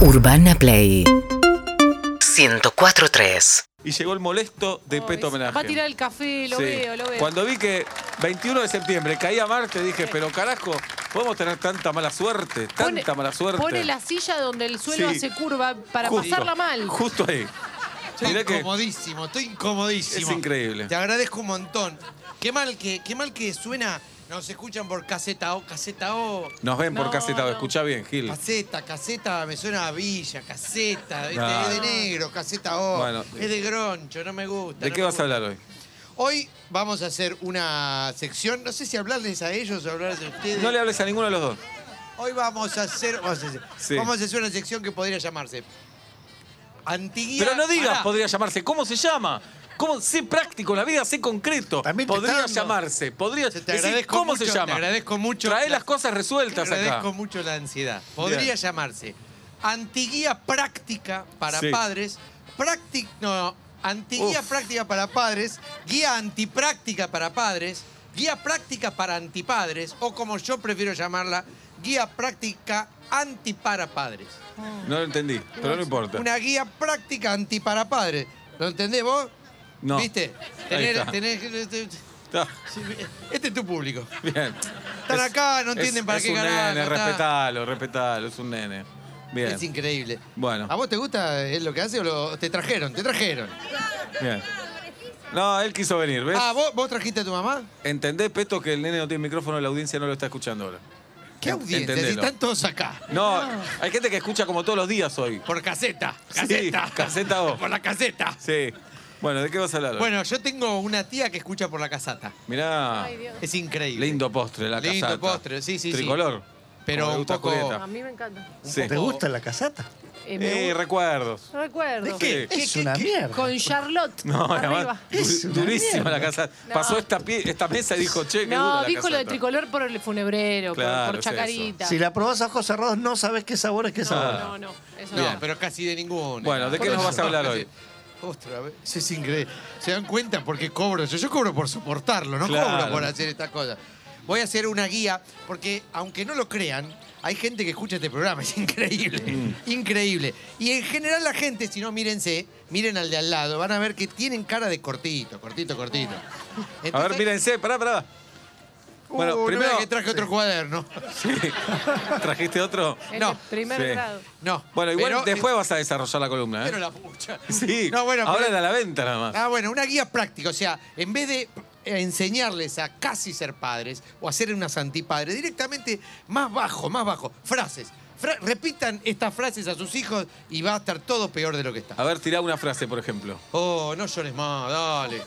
Urbana Play 104.3 Y llegó el molesto de Oh, Peto es- Homenaje. Va a tirar el café, lo Sí. veo, lo veo. Cuando vi que 21 de septiembre caía Marte, dije, pero carajo, podemos tener tanta mala suerte, Pone- tanta mala suerte. Pone la silla donde el suelo Sí. hace curva para Justo, pasarla mal. Justo ahí. Estoy Mirá que- incomodísimo, estoy incomodísimo. Es increíble. Te agradezco un montón. Qué mal que, qué mal que suena. Nos escuchan por caseta O, caseta O. Nos ven por No, caseta, no. escuchá bien, Gil. Caseta, caseta, me suena a Villa, caseta, ¿viste? No. es de negro, caseta O. Bueno. es de groncho, no me gusta. ¿De no qué me vas a gusta. hablar hoy? Hoy vamos a hacer una sección, no sé si hablarles a ellos o hablarles a ustedes. No le hables a ninguno de los dos. Hoy vamos a hacer, vamos a hacer, Sí. vamos a hacer una sección que podría llamarse Antiguía. Pero no digas, Pará. podría llamarse. ¿Cómo se llama? ¿Cómo? Sé práctico, la vida, sé concreto. También te podría está dando- llamarse, podría. Te Decí, agradezco ¿Cómo mucho, se te llama? agradezco mucho. Trae las La- cosas resueltas acá. Agradezco mucho la ansiedad. Podría Bien. llamarse Antiguía Práctica para Sí. Padres. Práctic, no, Antiguía Uf. Práctica para Padres. Guía Antipráctica para Padres. Guía Práctica para Antipadres. O como yo prefiero llamarla, Guía Práctica Anti para Padres. No lo entendí, pero no importa. Una guía práctica anti para padres. ¿Lo entendés vos? No. ¿Viste? Ahí Tener- está. tenés- Está- este es tu público. Bien. Están acá, no entienden para qué carajo, Es un nene, está. respetalo, respetalo, es un nene. Bien. Es increíble. Bueno. ¿A vos te gusta eh, lo que hace o lo- te trajeron? Te trajeron. Bien. No, él quiso venir, ¿ves? Ah, ¿vos, vos trajiste a tu mamá? ¿Entendés, Peto, que el nene no tiene micrófono, la audiencia no lo está escuchando ahora? ¿Qué En- audiencia? Si entendelo. están todos acá. No, hay gente que escucha como todos los días hoy. Por caseta. Sí, Caseta. caseta vos. Por la caseta. Sí. Bueno, ¿de qué vas a hablar? hoy? Bueno, yo tengo una tía que escucha por la casata. Mirá, Ay, Dios. Es increíble. lindo postre, la Lindo casata. postre, sí, sí, sí. Tricolor. Pero Como le un gusta a poco- Julieta. A mí me encanta. Sí. ¿Te gusta la casata? Eh, me Eh, gusta. recuerdos. Recuerdo. Sí. Es una mierda. Con Charlotte. No, además, arriba. du- Es una durísima la mierda. casa. No. Pasó esta, pie- esta mesa y dijo, che, qué dura No, la dijo lo de casata. tricolor por el funebrero, por- Claro, por, es chacarita. Si la probás a ojos cerrados, no sabes qué sabor es qué sabor. Ah. No, no, no. Eso No, no. pero casi de ninguno. Bueno, ¿de qué nos Por eso, vas a hablar hoy? Ostras, eso es increíble. ¿Se dan cuenta por qué cobro yo? Yo cobro por soportarlo, no Claro. cobro por hacer estas cosas. Voy a hacer una guía, porque aunque no lo crean, hay gente que escucha este programa, es increíble, Mm. increíble. Y en general la gente, si no, mírense, miren al de al lado, van a ver que tienen cara de cortito, cortito, cortito. A ver, Entonces- mírense, pará, pará. Uh, Bueno, no primero- vea que traje otro cuaderno. Sí. ¿Trajiste otro? En no, el primer sí. grado. No. Bueno, igual pero- después vas a desarrollar la columna, ¿eh? Pero la pucha. Sí, No, bueno, ahora pero- era la venta nada más. Ah, bueno, una guía práctica. O sea, en vez de eh, enseñarles a casi ser padres o hacer unas antipadres, directamente más bajo, más bajo. Frases. Fra- repitan estas frases a sus hijos y va a estar todo peor de lo que A está. ver, tirá una frase, por ejemplo. Oh, no llores más, dale.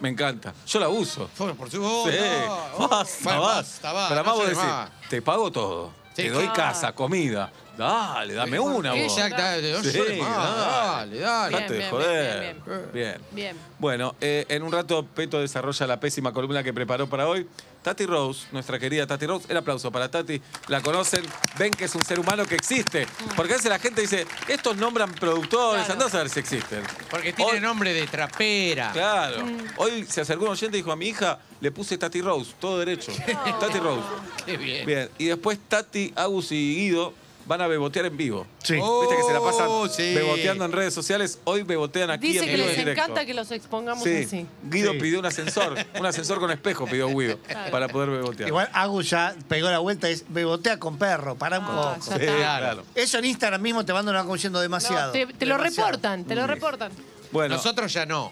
Me encanta. Yo la uso. Oh, por su... oh, sí. no, oh. basta, Bueno, basta, basta, Pero no más vos llores decís, más. te pago todo. Sí, te doy claro. casa, comida. Dale, dame una vos. Ella, dale, no llores Sí, más, dale. dale, dale. Dejate de bien, joder. bien, bien, Bien. Bien. Bueno, eh, en un rato Peto desarrolla la pésima columna que preparó para hoy. Tati Rose, nuestra querida Tati Rose, el aplauso para Tati. La conocen, ven que es un ser humano que existe. Porque a veces la gente dice, estos nombran productores, Mm. Claro. andá a saber si existen. Porque tiene Hoy- nombre de trapera. Claro. Mm. Hoy se acercó un oyente y dijo, a mi hija le puse Tati Rose, todo derecho. Tati Rose. Qué bien. Bien, y después Tati, Agus y Guido van a bebotear en vivo. Sí. Oh, Viste que se la pasan sí. beboteando en redes sociales, hoy bebotean aquí en Dice que vivo y les en directo. encanta que los expongamos Sí. así. Guido Sí. pidió un ascensor, un ascensor con espejo pidió Guido para poder bebotear. Igual Agus ya pegó la vuelta y es bebotea con perro, para un Ah, poco. ya Sí, está. claro. Eso en Instagram mismo te manda una conociendo demasiado. No, te, te lo Demasiado. reportan, te lo reportan. Bueno, Nosotros ya no.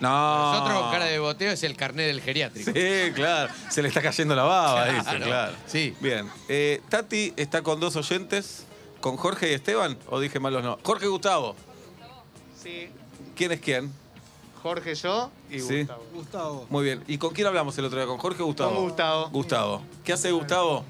no. Nosotros con cara de boteo es el carnet del geriátrico. Sí, claro. Se le está cayendo la baba, Claro. dice, claro. Sí. Bien. Eh, Tati está con dos oyentes, con Jorge y Esteban, o dije malos no. Jorge y Gustavo. Sí, ¿Quién es quién? Jorge yo y Sí. Gustavo. Gustavo. Muy bien. ¿Y con quién hablamos el otro día? ¿Con Jorge o Gustavo? Con Gustavo. Gustavo. ¿Qué hace Gustavo?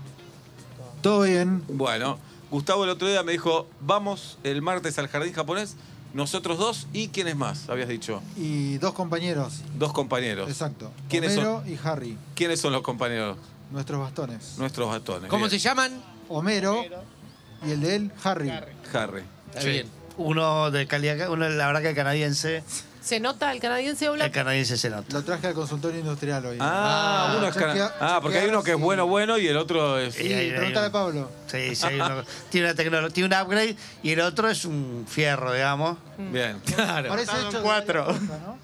Todo bien. Bueno, Gustavo el otro día me dijo, vamos el martes al jardín japonés, nosotros dos y quiénes más, habías dicho. Y dos compañeros. Dos compañeros. Exacto. ¿Quiénes Homero y Harry, ¿Quiénes son los compañeros? nuestros bastones. Nuestros batones. ¿Cómo se Bien. llaman? Homero y el de él, Harry. Harry. Está bien. uno de calidad, uno la verdad que el canadiense, ¿Se nota el canadiense habla? el canadiense se nota. Lo traje al consultorio industrial hoy. Ah, Ah, uno es cana- chequea- Ah, porque hay uno que es chequear, bueno, sí. bueno y el otro es. Sí, hay- hay pregúntale a uno. Pablo. Sí, sí, hay uno- tiene una tecnología, tiene un upgrade y el otro es un fierro, digamos. Bien. Claro. Parece Cortado hecho en de cuatro. varias cosas, ¿no?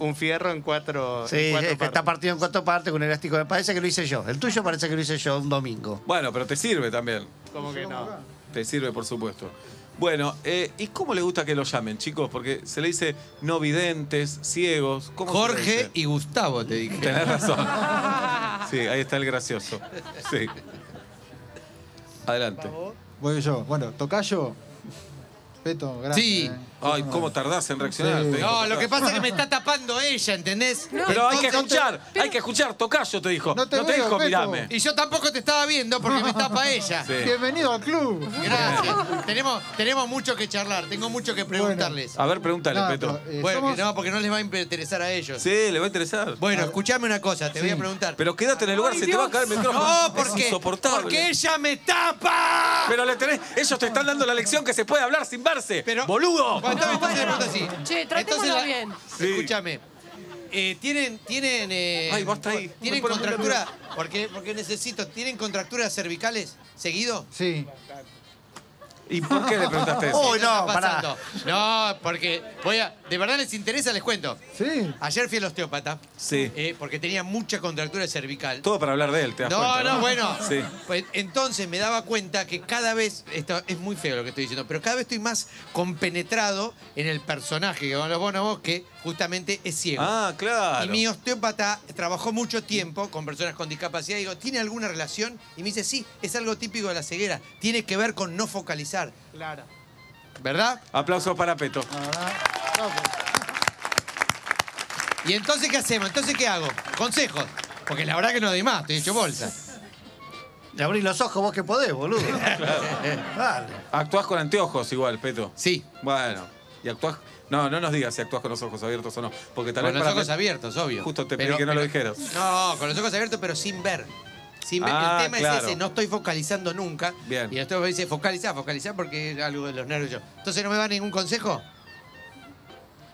Un fierro en cuatro. Sí, en cuatro es que está partes. partido en cuatro partes con elástico. Me parece que lo hice yo. El tuyo parece que lo hice yo un domingo. Bueno, pero te sirve también. Como que no. Te sirve, por supuesto. Bueno, eh, ¿y cómo le gusta que lo llamen, chicos? Porque se le dice no videntes, ciegos. ¿cómo se le Jorge dice? y Gustavo, te dije. Tenés razón. Sí, ahí está el gracioso. Sí. Adelante. Voy yo. Bueno, Tocayo. Peto, gracias. Sí. Ay, cómo tardás en reaccionar. Sí. te digo, No, lo que tardás. pasa es que me está tapando ella, ¿entendés? Pero hay que Entonces- escuchar, hay que escuchar. Tocayo te dijo. No No te, te veo, dijo, Beto. mirame. Y yo tampoco te estaba viendo porque me tapa ella. Sí. eh. Bienvenido al club. Gracias. tenemos, tenemos mucho que charlar, tengo mucho que preguntarles. A ver, pregúntale, No, Peto. pero, eh, Bueno, somos- que no, porque no les va a interesar a ellos. Sí, le va a interesar. Bueno, escuchame una cosa, te voy a preguntar. Pero quédate en el lugar, Ay, se te Dios. va a caer el micrófono. no, Es porque, insoportable. porque ella me tapa. Pero le tenés, ellos te están dando la lección que se puede hablar sin verse. Pero- ¡Boludo! Bueno, No, entonces bueno. te pregunto así. Che, tratémoslo Entonces la- bien. Sí. Escúchame. Eh, tienen, tienen, eh, Ay, basta ahí. tienen Me pone muy contractura, porque, porque necesito, ¿tienen contracturas cervicales seguido? Sí. ¿Y por qué le preguntaste eso? Uy, ¿Qué está no, pará. pasando? No, porque voy a. De verdad les interesa, les cuento. Sí. Ayer fui al osteópata. Sí. eh, porque tenía mucha contractura cervical. Todo para hablar de él, te das No, cuenta, no, bueno. Sí. Pues, entonces me daba cuenta que cada vez, esto es muy feo lo que estoy diciendo, pero cada vez estoy más compenetrado en el personaje que bueno, bueno, vos, que justamente es ciego. Ah, Y claro. mi osteópata trabajó mucho tiempo con personas con discapacidad. Y digo, ¿tiene alguna relación? Y me dice, sí, es algo típico de la ceguera. Tiene que ver con no focalizar. Claro. ¿Verdad? Aplausos para Peto. La verdad. No, pues, Y entonces, ¿qué hacemos? Entonces, ¿qué hago? Consejos. Porque la verdad que no doy más, estoy hecho bolsa. Le abrís los ojos vos que podés, boludo. Eh, Dale. Actuás con anteojos igual, Peto. Sí. Bueno. Y actuás. No, no nos digas si actuás con los ojos abiertos o no. Porque tal con vez los para ojos abiertos, obvio. Justo te pedí que no lo dijeras. No, con los ojos abiertos, pero sin ver. Sin ver. Ah, el tema es claro. ese, no estoy focalizando nunca. Bien. Y esto me dice, focalizá, focalizá, porque es algo de los nervios. yo. Entonces, ¿no me da ningún consejo?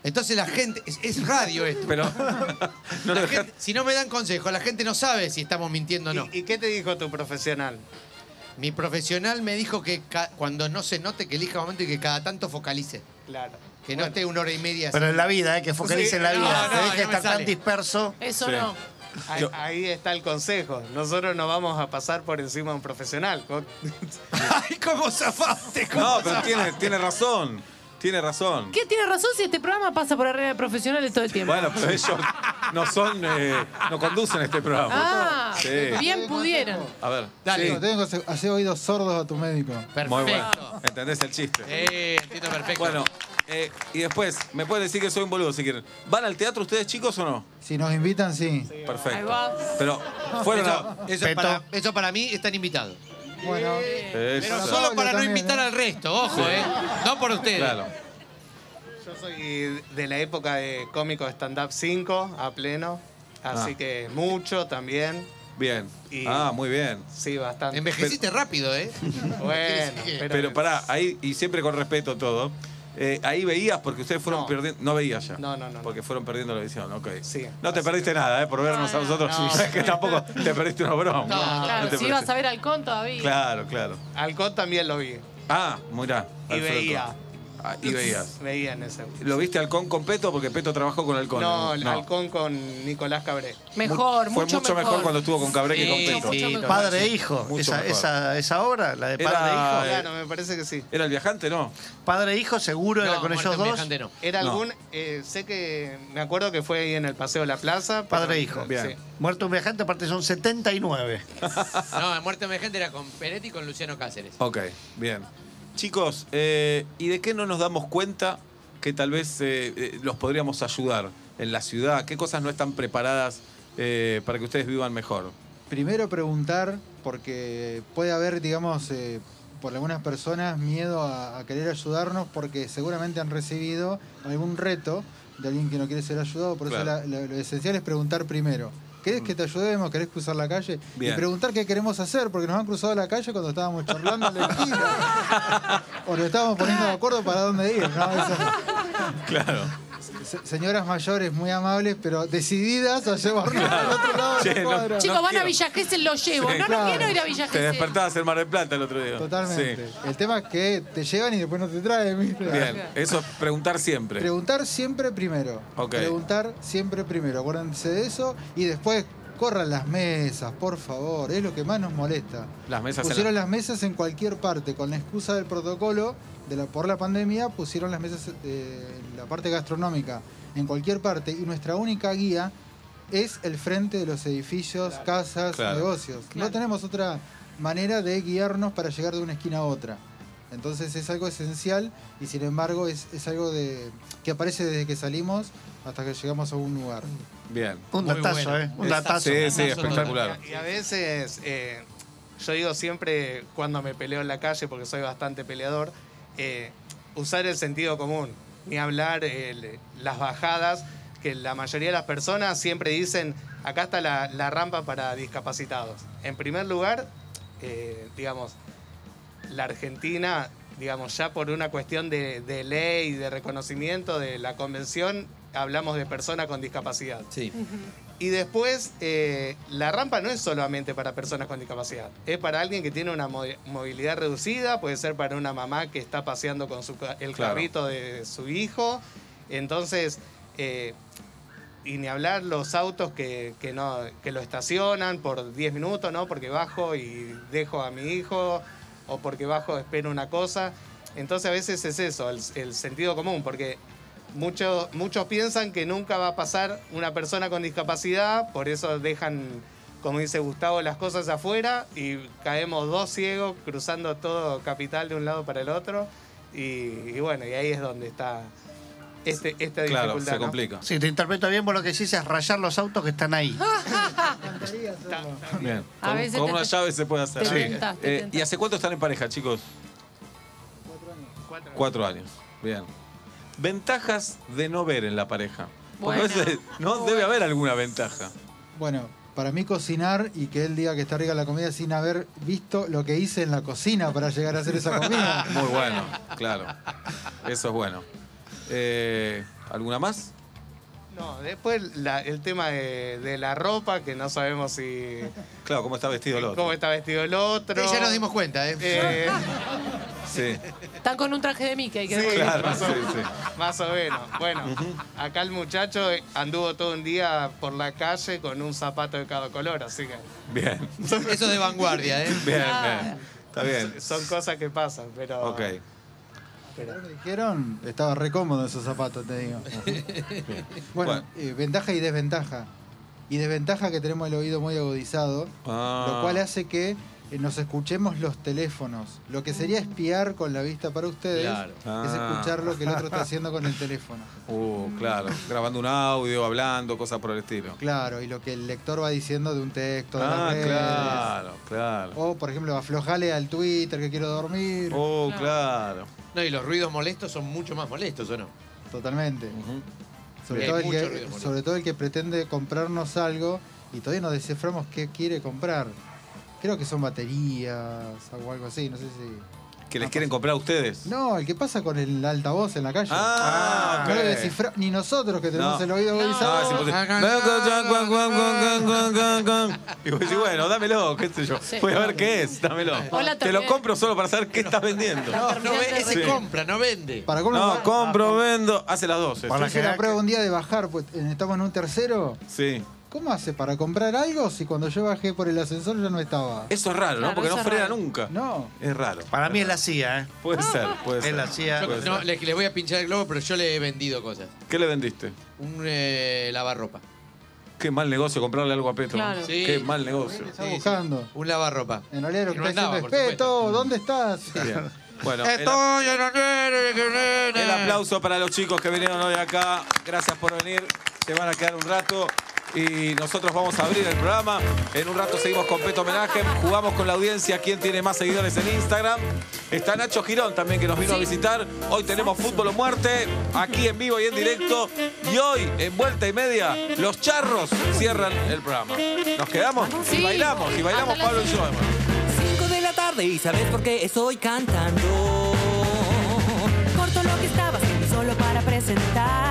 Entonces la gente, es, es radio esto. Pero. no lo La dejaste. gente- si no me dan consejo, la gente no sabe si estamos mintiendo o no. ¿Y, y qué te dijo tu profesional? Mi profesional me dijo que ca- cuando no se note, que elija momento y que cada tanto focalice. Claro. Que no esté una hora y media. Pero en la vida, eh, que focalice en la Sí, no, vida. no, Tenés que no me estar sale. tan disperso. Eso Sí. no. Ahí, Yo- ahí está el consejo. Nosotros no vamos a pasar por encima de un profesional. Co- ¡Ay, cómo zafaste! No, pero tiene, tiene razón. Tiene razón. ¿Qué tiene razón si este programa pasa por arriba de profesionales todo el tiempo? Bueno, pero ellos no son. eh, no conducen este programa. ah, Sí. bien pudieron. A ver. Dale. sí. no, tengo que hacer oídos sordos a tu médico. Muy bueno. Perfecto. ¿Entendés el chiste? Eh, entiendo perfecto. Bueno, eh, y después, me pueden decir que soy un boludo si quieren. ¿Van al teatro ustedes, chicos, o no? Si nos invitan, sí. Perfecto. Ahí va. Pero fueron eso, a. eso es Beto. para, eso para mí están invitados. Bueno. Pero Eso. solo Pablo para no también, invitar ¿eh? al resto, ojo, ¿eh? No por ustedes. Claro. Yo soy de la época de cómico de stand-up 5 a pleno. Así Ah. que mucho también. Bien. Y- Ah, muy bien. Sí, bastante. Envejeciste rápido, ¿eh? Bueno, Em- Sí. pero, Pero pará, ahí, y siempre con respeto todo. eh, ahí veías porque ustedes fueron No. perdiendo. No veías ya. No, no, no, no. Porque fueron perdiendo la visión, ok. Sí, no te así perdiste que- nada, ¿eh? Por vernos a nosotros. no, es que tampoco te perdiste unos bron. No, Ah, Claro, Ah, te si perdiste. ibas a ver Halcón todavía. Claro, claro. Alcón también lo vi. Ah, mirá. Y Alfredo. veía. Ah, y veías. Veía en ese. ¿Lo viste Halcón con Peto? Porque Peto trabajó con Halcón. No, el halcón con Nicolás Cabré. Mejor, Fue mucho, mucho mejor. cuando estuvo con Cabré que Sí, con Peto. sí. mejor. Padre e hijo. Mucho Esa, mejor. esa, esa obra, la de Era- padre e hijo. Ah, eh. Claro, me parece que sí. ¿Era el viajante? No. Padre e hijo, seguro era con Muerto ellos en dos. Viajante no. Era No. algún. eh, sé que. Me acuerdo que fue ahí en el Paseo de la Plaza. pero- Padre e hijo. Bien. Sí. Muerto un viajante, aparte son 79. No, en Muerte en Viajante era con Peretti y con Luciano Cáceres. Ok, bien. Chicos, eh, ¿y de qué no nos damos cuenta que tal vez eh, eh, los podríamos ayudar en la ciudad? ¿Qué cosas no están preparadas eh, para que ustedes vivan mejor? Primero preguntar, porque puede haber, digamos, eh, por algunas personas miedo a, a querer ayudarnos porque seguramente han recibido algún reto de alguien que no quiere ser ayudado. Por eso Claro. Mm. la- la- lo esencial es preguntar primero. ¿Querés que te ayudemos? ¿Querés cruzar la calle? Bien. Y preguntar qué queremos hacer, porque nos han cruzado la calle cuando estábamos charlando en la esquina. o nos estábamos poniendo de acuerdo para dónde ir. ¿no? Esas Claro. se- señoras mayores muy amables, pero decididas a llevarnos al otro lado de Che, la no- cuadra. Chicos, van a quiero. Villa Gesell, lo llevo. Sí. no, no Claro. quiero ir a Villa Te Gesell. despertabas en Mar del Plata el otro día. Totalmente. Sí. El tema es que te llevan y después no te traen. ¿viste? Bien, eso es preguntar siempre. Preguntar siempre primero. Ok. Preguntar siempre primero. Acuérdense de eso y después corran las mesas, por favor. Es lo que más nos molesta. Las mesas en la- pusieron las mesas en cualquier parte con la excusa del protocolo de la, por la pandemia pusieron las mesas eh, en la parte gastronómica en cualquier parte y nuestra única guía es el frente de los edificios, casas, Claro. negocios. Claro. No tenemos otra manera de guiarnos para llegar de una esquina a otra. Entonces es algo esencial y sin embargo es, es algo de, que aparece desde que salimos hasta que llegamos a un lugar. Bien. Un Muy datazo, bueno. ¿eh? Un Exacto. datazo. Sí, sí, Datazo espectacular. Y a veces, eh, yo digo siempre cuando me peleo en la calle, porque soy bastante peleador, eh, usar el sentido común, ni hablar eh, le- las bajadas, que la mayoría de las personas siempre dicen, acá está la, la rampa para discapacitados. En primer lugar, eh, digamos, la Argentina, digamos, ya por una cuestión de, de ley, de reconocimiento de la convención, hablamos de persona con discapacidad. Sí. Y después, eh, la rampa no es solamente para personas con discapacidad, es para alguien que tiene una mo- movilidad reducida, puede ser para una mamá que está paseando con su ca- el Claro. carrito de su hijo. Entonces, eh, y ni hablar los autos que, que no, que lo estacionan por 10 minutos, ¿no? Porque bajo y dejo a mi hijo, o porque bajo espero una cosa. Entonces a veces es eso, el, el sentido común, porque muchos muchos piensan que nunca va a pasar una persona con discapacidad, por eso dejan, como dice Gustavo, las cosas afuera y caemos dos ciegos cruzando todo capital de un lado para el otro. Y, y bueno, y ahí es donde está este, esta dificultad. Claro, se ¿no? complica. Si te interpreto bien, vos lo que hiciste es rayar los autos que están ahí. Bien. A Con, veces con te- una llave se puede hacer. te tentás, te Eh, ¿Y tentás. hace cuánto están en pareja, chicos? Cuatro. Cuatro años. Bien. Ventajas de no ver en la pareja. Porque a Bueno. veces- no debe haber alguna ventaja. Bueno, para mí cocinar y que él diga que está rica la comida sin haber visto lo que hice en la cocina para llegar a hacer esa comida. Muy bueno, claro. Eso es bueno. Eh, ¿Alguna más? No, después la- el tema de, de la ropa, que no sabemos si Claro, cómo está vestido el cómo otro. está vestido el otro. ya nos dimos cuenta, ¿eh? Eh, Sí, Están con un traje de Mickey. Que Sí. claro, sí, sí. más o menos. Bueno, acá el muchacho anduvo todo un día por la calle con un zapato de cada color, así que Bien, Eso de vanguardia, ¿eh? bien, Ah. bien. Está bien. son cosas que pasan, pero... Ok. Pero me dijeron, estaba re cómodo en esos zapatos, te digo. Bueno, Bueno. eh, ventaja y desventaja. Y desventaja que tenemos el oído muy agudizado, Ah. lo cual hace que eh, nos escuchemos los teléfonos. Lo que sería espiar con la vista para ustedes Claro. es Ah. escuchar lo que el otro está haciendo con el teléfono. Uh, claro. Grabando un audio, hablando, cosas por el estilo. Claro, y lo que el lector va diciendo de un texto. de Ah, las redes. claro, claro. O, por ejemplo, aflojale al Twitter que quiero dormir. Oh, claro. No, y los ruidos molestos son mucho más molestos, ¿o no? Totalmente. Ujú. Sobre Hay todo, el mucho que, ruido molesto. sobre todo el que pretende comprarnos algo y todavía no desciframos qué quiere comprar. Creo que son baterías o algo así, no sé si. ¿Que les quieren comprar a ustedes? No, el que pasa con el altavoz en la calle. Ah, No ok. lo descifra- ni nosotros que tenemos No. el oído No. Ah, es agudizado. imposible. Y vos decís, bueno, dámelo, qué sé yo. Sí. Voy a ver qué es, dámelo. Hola, Te lo también. compro solo para saber qué estás vendiendo. No, no ve- ese Sí. compra, no vende. Para cómo No, compro, vendo. Hace las dos. Para Hice la generar prueba un día de bajar, pues eh, estamos en un tercero. Sí. ¿Cómo hace para comprar algo si cuando yo bajé por el ascensor ya no estaba? Eso es raro, ¿no? Claro, Porque no eso es frena raro. nunca. No. Es raro. Para mí es la CIA, ¿eh? Puede ser, puede ser. Es la CIA. Yo- Puede no, ser. les, les voy a pinchar el globo, pero yo le he vendido cosas. ¿Qué le vendiste? Un eh, lavarropa. Qué mal negocio comprarle algo a Petro. Claro. Sí. Qué mal negocio. Está Sí, sí. buscando. Un lavarropa. En realidad lo Y que no está andaba, haciendo por es supuesto. "Peto, ¿dónde estás? Bien. Bueno, el, Estoy en la nena, que nena. el aplauso para los chicos que vinieron hoy acá. Gracias por venir. Se van a quedar un rato. Y nosotros vamos a abrir el programa. En un rato seguimos con Peto Homenaje. Jugamos con la audiencia. ¿Quién tiene más seguidores en Instagram? Está Nacho Girón también que nos vino a visitar. Hoy tenemos Fútbol o Muerte aquí en vivo y en directo. Y hoy, en vuelta y media, los charros cierran el programa. Nos quedamos y Sí. bailamos. Y bailamos Hasta las Pablo y yo. además. 5 de la tarde y sabes por qué estoy cantando. Corto lo que estaba haciendo solo para presentar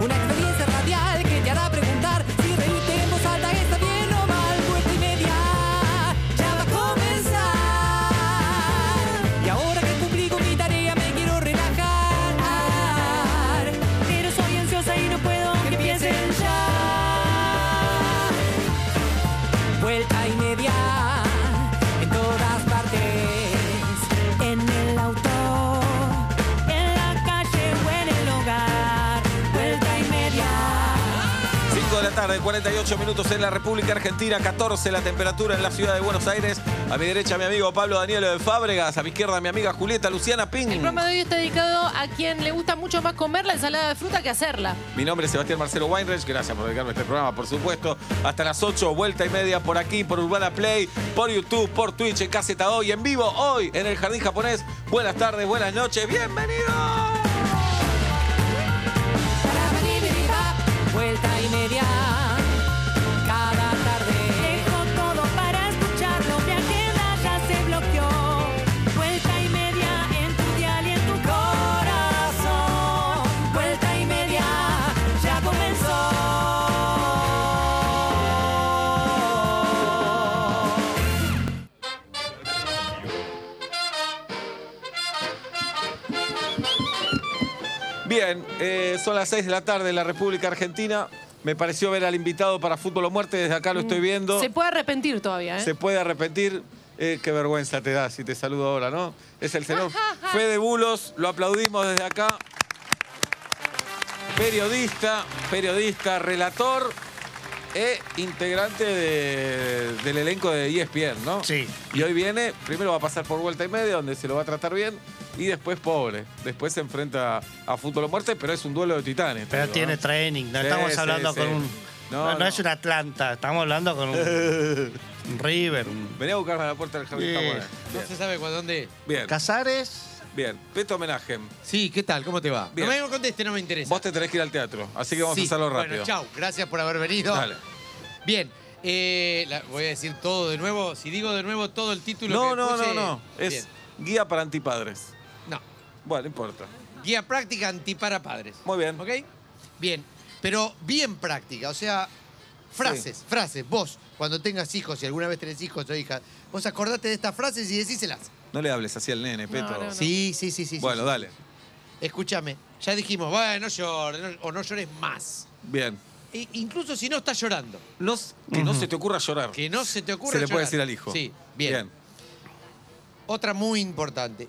una experiencia radial que te hará preguntar si reírte en voz alta está bien o mal. Vuelta y media ya va a comenzar. Y ahora que cumplí con mi tarea me quiero relajar. Pero soy ansiosa y no puedo que empiecen ya vuelta y media en todas partes, en el auto, en la calle o en el hogar, vuelta y media. 5 de la tarde, 48 minutos en la República Argentina, 14 la temperatura en la ciudad de Buenos Aires. A mi derecha mi amigo Pablo Danielo de Fábregas, a mi izquierda mi amiga Julieta Luciana Ping. El programa de hoy está dedicado a quien le gusta mucho más comer la ensalada de fruta que hacerla. Mi nombre es Sebastián Marcelo Weinreich, gracias por dedicarme a este programa, por supuesto. Hasta las 8, vuelta y media por aquí, por Urbana Play, por YouTube, por Twitch, en Caseta Hoy, en vivo, hoy, en el Jardín Japonés. Buenas tardes, buenas noches, bienvenidos. Vuelta y media cada tarde. Dejo todo para escucharlo. Mi agenda ya se bloqueó. Vuelta y media en tu dial y en tu corazón. Vuelta y media ya comenzó. Bien, eh, son las 6 de la tarde en la República Argentina. Me pareció ver al invitado para Fútbol o Muerte, desde acá lo estoy viendo. Mm, Se puede arrepentir todavía, ¿eh? se puede arrepentir. Eh, qué vergüenza te da si te saludo ahora, ¿no? Es el señor Fede Bulos, lo aplaudimos desde acá. Periodista, periodista, relator e integrante de- del elenco de E ESPN, ¿no? Sí. Y hoy viene, primero va a pasar por vuelta y media, donde se lo va a tratar bien, y después pobre. Después se enfrenta a Fútbol o Muerte, pero es un duelo de titanes. te Pero digo, tiene ¿no? training, no Sí, estamos sí, hablando sí. con un. No, No, no no. es un Atlanta, estamos hablando con un, un River. un- Vení a buscarme a la puerta del jardín. Bien. Japonés. No se sabe cuándo dónde. Bien, bien, Casares. bien. Peto homenaje. Sí, ¿qué tal? ¿Cómo te va? Bien. No me conteste, no me interesa. Vos te tenés que ir al teatro, así que vamos Sí. a hacerlo rápido. Bueno, chau. Gracias por haber venido. Dale. Bien. eh, la- voy a decir todo de nuevo. Si digo de nuevo todo el título No, que no, no, puse- no. Es Bien. guía para antipadres. No. Bueno, no importa. Guía práctica antipara padres. Muy bien. ¿Ok? Bien. Pero bien práctica, o sea, frases, frases. Vos, cuando tengas hijos, si alguna vez tenés hijos o hijas, vos acordate de estas frases y decíselas. No le hables así al nene, Peto. no, no. Sí, sí, sí, sí. sí, Ah, Bueno, sí. dale. Escúchame, ya dijimos, bueno, no llores, no- o no llores más. Bien. E- incluso si no estás llorando, No s- que no se te ocurra llorar. que no se te ocurra se le puede llorar. decir al hijo. Sí, bien. Otra muy importante.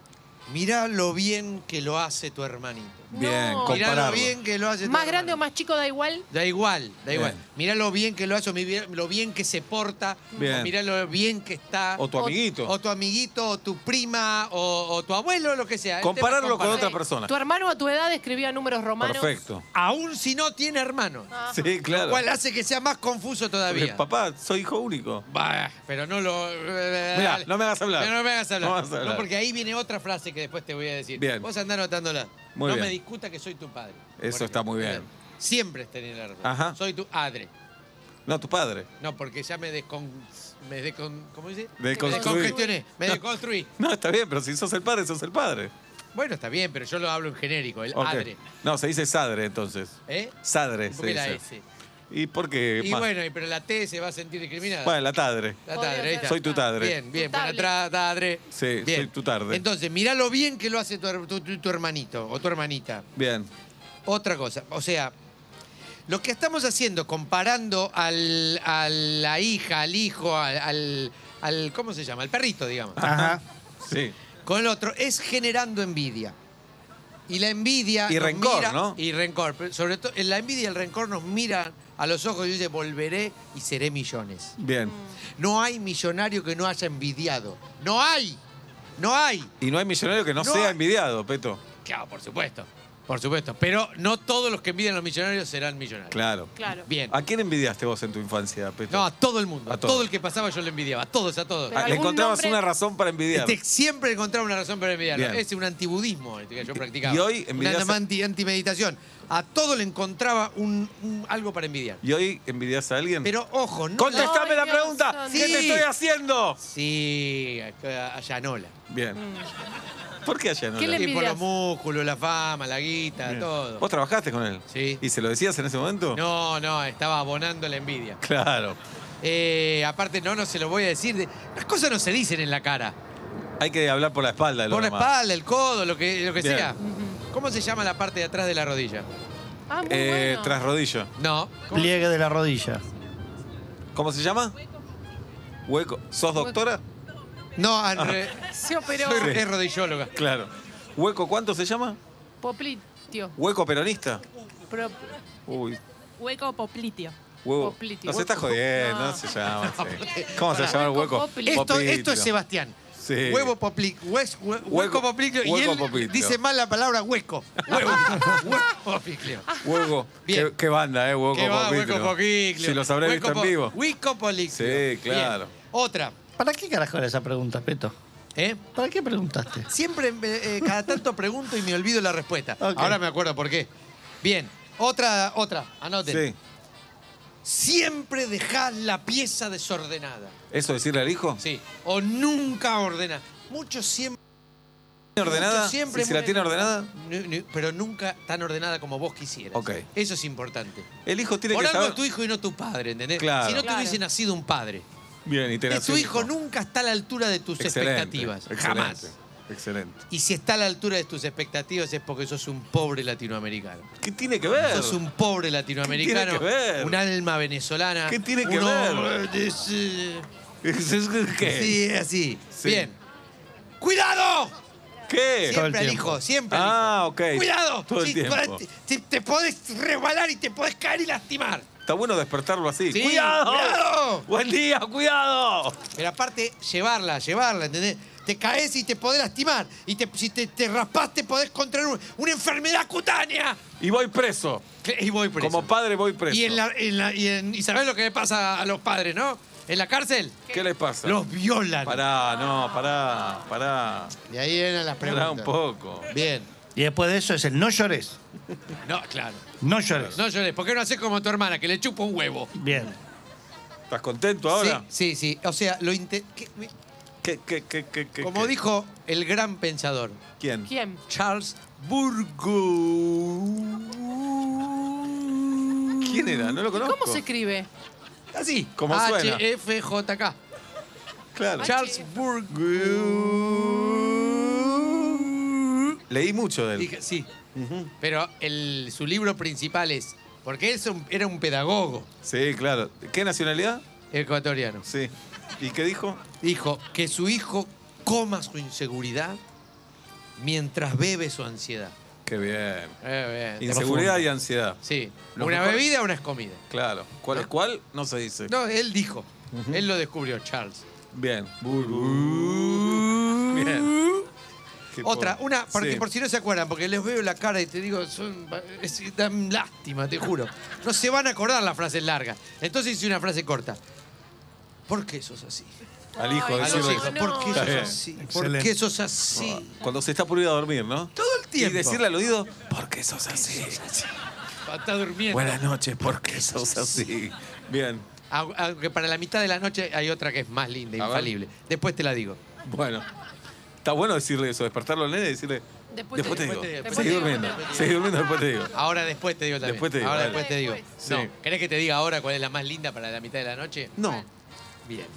Mirá lo bien que lo hace tu hermanito. Bien, bien. No. Mirá lo compararlo. bien que lo hace tu Más grande hermanito. o más chico da igual. Da igual, da igual. Bien. Mirá lo bien que lo hace, o mi bien- lo bien que se porta, Bien. o mirá lo bien que está. O tu amiguito. O tu amiguito, o tu prima, o, o tu abuelo, lo que sea. El tema es Compararlo con comparar. otra persona. Eh, Tu hermano a tu edad escribía números romanos. Perfecto. Aún si no tiene hermano. Sí, claro. Ah, Lo cual hace que sea más confuso todavía. Papá, soy hijo único. Bah, pero no lo. eh, Mirá, no me hagas hablar. Pero no me hagas hablar. No me hagas hablar. No, porque ahí viene otra frase que después te voy a decir. Bien. Vos andá anotándola. Muy no bien. me discuta que soy tu padre. Eso Por está muy bien. ejemplo. Siempre es tener la razón. Ajá. Soy tu padre. No, tu padre. No, porque ya me descon. Me descon ¿Cómo dice? Desconstruí. Descongestioné. Me desconstruí. No, está bien, pero si sos el padre, sos el padre. Bueno, está bien, pero yo lo hablo en genérico, el Ok. padre. No, se dice sadre entonces. ¿Eh? Sadre ¿Por se qué la dice. S? ¿Y por qué? Y más? bueno, y- pero la T se va a sentir discriminada. Bueno, la tadre. La tadre, ahí está. Soy tu tadre. Bien, bien, Tu para tablet. atrás, tadre. Sí, Bien. soy tu tarde. Entonces, mirá lo bien que lo hace tu, her- tu- tu- tu hermanito o tu hermanita. Bien. Otra cosa, o sea, lo que estamos haciendo comparando al- a la hija, al hijo, al, al- al- ¿cómo se llama? Al perrito, digamos, Ah. Ajá. Sí. con el otro, es generando envidia. Y la envidia... Y nos rencor, mira- ¿no? Y rencor. pero Sobre todo, la envidia y el rencor nos miran a los ojos y dicen, volveré y seré millones. Bien. No hay millonario que no haya envidiado. No hay. No hay. Y no hay millonario que no, No sea hay. envidiado, Peto. Claro, por supuesto. Por supuesto. Pero no todos los que envidian a los millonarios serán millonarios. Claro. Claro. Bien. ¿A quién envidiaste vos en tu infancia, Peto? Ah, No, a todo el mundo. A A todos. todo el que pasaba yo le envidiaba. A todos, a todos. Pero Ah, A- le algún encontrabas nombre- una razón para envidiar. Este, siempre encontraba una razón para envidiarlo. Bien. Ese es un antibudismo este, que yo practicaba. y hoy Una envidias- anti- antimeditación. A todo le encontraba un, un- algo para envidiar. ¿Y hoy envidias a alguien? Pero ojo, no... ¡Contestame Ay, la Dios pregunta! santo. ¿Qué te Sí. Mm. estoy haciendo? Sí, a, a Yanola. Bien. ¿Por qué allá no? ¿Qué la- le- Sí, por envidias? los músculos, la fama, la guita, todo. ¿Vos trabajaste con él? Sí. ¿Y se lo decías en ese momento? No, no, estaba abonando la envidia. Claro. Eh, aparte, no, no se lo voy a decir. de- Las cosas no se dicen en la cara. Hay que hablar por la espalda. de lo Por la demás. espalda, el codo, lo que, lo que Bien. sea. ¿Cómo se llama la parte de atrás de la rodilla? Ah, muy Eh, bueno. Tras rodillo. No. Pliegue de la rodilla. ¿Cómo se llama? Hueco. ¿Sos doctora? No, al re- Se operó. Ah, soy re- es rodillóloga. Claro. ¿Hueco cuánto se llama? Poplitio. ¿Hueco peronista? Pro- Uy. Hueco poplitio. Huevo. Poplitio. Nos está jodiendo, no, se llama. sí. ¿Cómo se Hola. llama el hueco? Hueco poplitio. Esto, esto es Poplitio. Sebastián. Sí. Huevo poplic, hues- hue- Hueco- hueco popliclio. Y hueco él popliclio. dice mal la palabra hueco. Huevo, huevo popliclio. Hueco. Ah, Bien. Qué, qué banda, ¿eh? Hueco ¿Qué va, hueco Poplitio. popliglio? Si los habré visto en vivo. Hueco popliglio. Sí, claro. Bien. Otra. ¿Para qué carajo era esa pregunta, Peto? ¿Eh? ¿Para qué preguntaste? Siempre, eh, cada tanto pregunto y me olvido la respuesta. Ok. Ahora me acuerdo por qué. Bien. Otra, otra. Anoten. Sí. Siempre dejás la pieza desordenada. ¿Eso decirle al hijo? Sí. O nunca ordenás. Muchos siempre... ¿Tiene ordenada? muchos siempre ¿Y si la muy- tiene ordenada? Nu- nu- Pero nunca tan ordenada como vos quisieras. Ok. Eso es importante. El hijo tiene Por que algo saber. es tu hijo y no tu padre, ¿entendés? Claro. Si no te Claro. hubiese nacido un padre. Bien, y tenés Tu un hijo nunca está a la altura de tus Excelente, expectativas. excelente, Jamás. Excelente. Y si está a la altura de tus expectativas es porque sos un pobre latinoamericano. ¿Qué tiene que ver? Sos un pobre latinoamericano, ¿Qué tiene que ver? un alma venezolana. ¿Qué tiene que un ver? hombre de ese- ¿Qué? Sí, es así. Sí. Bien. ¡Cuidado! ¿Qué? Todo el Siempre al tiempo. hijo, siempre al hijo. Ah, ok. ¡Cuidado! Todo el Sí, tiempo. Te, te- te podés resbalar y te podés caer y lastimar. Está bueno despertarlo así. Sí, ¡Cuidado! cuidado. ¡Buen día! ¡Cuidado! Pero aparte, llevarla, llevarla, ¿entendés? Te caes y te podés lastimar. Y te- si te, te raspás, te podés contraer un- una enfermedad cutánea. Y voy preso. Y voy preso. Como padre voy preso. Y, en la- en la- y, en- y sabés lo que le pasa a los padres, ¿no? En la cárcel, ¿Qué les pasa? los violan. Pará, no, pará, pará. De ahí eran las Pará un preguntas. poco. Bien. Y después de eso es el no llores. No, claro. No llores. No llores. ¿Por qué no haces como tu hermana, que le chupa un huevo? Bien. ¿Estás contento ahora? Sí, sí, sí. O sea, lo inte- que- me- ¿Qué, qué, qué, qué, qué, como qué? dijo el gran pensador, ¿Quién? ¿Quién? Charles Burgo. ¿Quién era? No lo conozco. ¿Cómo se escribe? Así. Como suena. HFJK. Claro. Charles Burgo. Leí mucho de él. Dije, sí. Pero el- su libro principal es. Porque él es un- era un pedagogo Sí, claro. ¿Qué nacionalidad? ecuatoriano. Sí. ¿Y qué dijo? Dijo que su hijo coma su inseguridad mientras bebe su ansiedad. Qué bien. Eh, bien. Inseguridad profundo. y ansiedad. Sí. Lo una mejor- bebida, una es comida. Claro. ¿Cuál es cuál? No se dice. No, él dijo. Él lo descubrió, Charles. Bien. Bien. Uh. Qué Otra, pobre. una, porque Sí. por si no se acuerdan, porque les veo la cara y te digo, son, es, dan lástima, te juro. No se van a acordar las frases largas. Entonces hice una frase corta. ¿Por qué sos así? Al hijo, Ay, A los decirle. hijos, no. ¿por qué Está sos bien. así? ¿Por Excelente. qué sos así? Cuando se está por ir a dormir, ¿no? Todo el tiempo. Y decirle al oído, ¿por qué sos así? Está durmiendo. Buenas noches, ¿por qué sos así? Bien. Au- Aunque para la mitad de la noche hay otra que es más linda, A ver. infalible. Después te la digo. Bueno. Está bueno decirle eso, despertarlo al nene y decirle. Después, Después te- te, digo. después te Seguí digo. Después te digo, durmiendo. después te digo. Seguí durmiendo, después te digo. Ahora después te digo también. Después te digo, Ahora dale. después te digo. Sí. No, ¿Querés que te diga ahora cuál es la más linda para la mitad de la noche? No. Bien.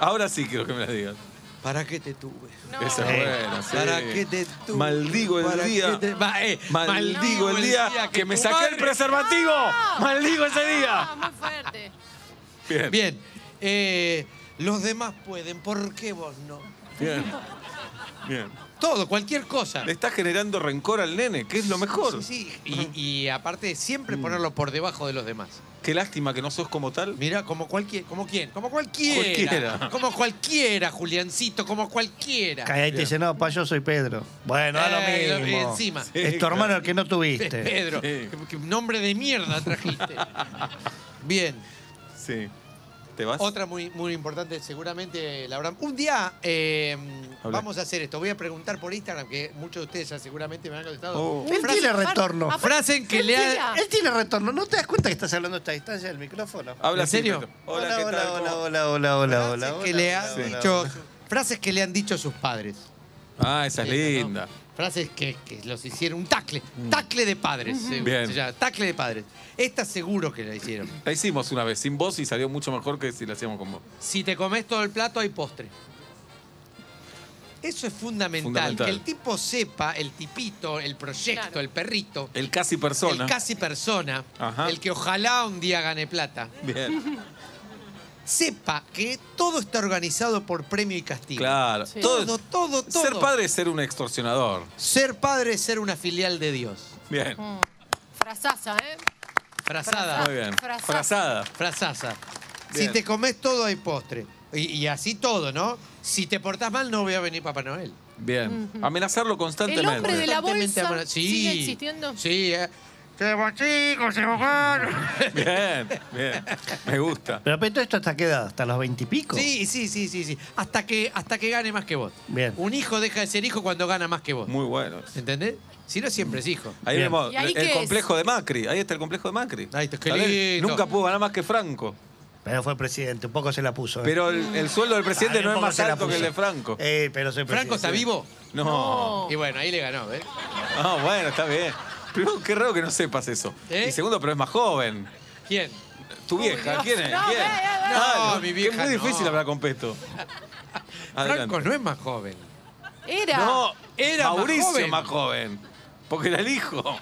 Ahora sí quiero que me la digas. ¿Para qué te tuve? Esa es buena, sí. Eh, ¿Para qué te tuve? Maldigo el ¿Para día. qué te- Va, eh, Maldigo el día que me tu saqué el madre- preservativo. Maldigo ese Ah, día. muy fuerte. Bien. Bien. eh, los demás pueden, ¿por qué vos no? Bien. Bien. Todo, cualquier cosa. Le estás generando rencor al nene, que es lo mejor. Mm. Sí, sí. Y, y aparte, siempre ponerlo por debajo de los demás. Qué lástima que no sos como tal. Mira, como cualquier, como quién, como cualquiera. Cualquiera. Como cualquiera, Juliancito, como cualquiera. Cae ahí y te dice, no, pa, yo soy Pedro. Bueno, da Eh, lo mismo. encima. Sí, Es tu claro. hermano el que no tuviste. Pedro, Sí. qué- qué nombre de mierda trajiste. Bien. Sí. ¿Te vas? Otra muy, muy importante, seguramente la habrán. Un día eh, Habla. vamos a hacer esto. Voy a preguntar por Instagram, que muchos de ustedes ya seguramente me han contestado. Oh. Él Frase- tiene retorno. Aparte, frase que le ha- mentira. Él tiene retorno. ¿No te das cuenta que estás hablando a esta distancia del micrófono? Habla ¿En así, serio? Pedro. hola, Hola, ¿qué hola, tal? hola, ¿Cómo- hola, hola, hola, frases hola, que hola, le hola, han hola, dicho. hola. Frases que le han dicho sus padres. Ah, esa es Esa, ¿no? linda. Mm. Frases que, que los hicieron. Un tacle. Tacle de padres. se- Bien. se llama, tacle de padres. Esta seguro que la hicieron. La hicimos una vez sin vos y salió mucho mejor que si la hacíamos con vos. Si te comes todo el plato, hay postre. Eso es fundamental, Fundamental. Que el tipo sepa, el tipito, el proyecto, Claro. el perrito, El casi persona. el casi persona, Ajá. el que ojalá un día gane plata, Bien. sepa que todo está organizado por premio y castigo. Claro. Sí. Todo, Todo, todo, todo. Ser padre es ser un extorsionador. Ser padre es ser una filial de Dios. Bien. Frasaza, ¿eh? Frazada. Muy bien. Frazada. Frazada. Frazaza. Si Bien. te comes todo, hay postre. Y, y así todo, ¿no? Si te portás mal, no voy a venir Papá Noel. Bien. Amenazarlo El constantemente. hombre de la Constantemente bolsa amor- Sí. sigue existiendo. Sí, eh. Se va chico, se va Bien, bien. Me gusta. Pero Peto, ¿esto hasta qué edad? ¿Hasta los veintipico? Sí, sí, sí, sí, sí. Hasta que, hasta que gane más que vos. Bien. Un hijo deja de ser hijo cuando gana más que vos. Muy bueno. ¿Entendés? Si no, siempre es hijo. Ahí Bien. vemos ¿Y ahí qué el es? complejo de Macri. Ahí está el complejo de Macri. Ahí está, qué ¿Sabés? lindo. Nunca pudo ganar más que Franco. Pero fue presidente, un poco se la puso. ¿eh? Pero el, el sueldo del presidente Ah, no un es poco más se la alto que el puso. de Franco. Eh, pero soy ¿Franco está presidente. vivo? No. No. Y bueno, ahí le ganó, ¿eh? Ah, bueno, está bien. Primero, qué raro que no sepas eso. ¿Eh? Y segundo, pero es más joven. ¿Quién? Tu vieja, ¿quién es? No, ¿Quién? eh, eh, eh. Dale, No, mi que vieja Es muy no. difícil hablar con Peto. Franco no es más joven. Era. No, Era más Mauricio joven. más joven. Porque era el hijo.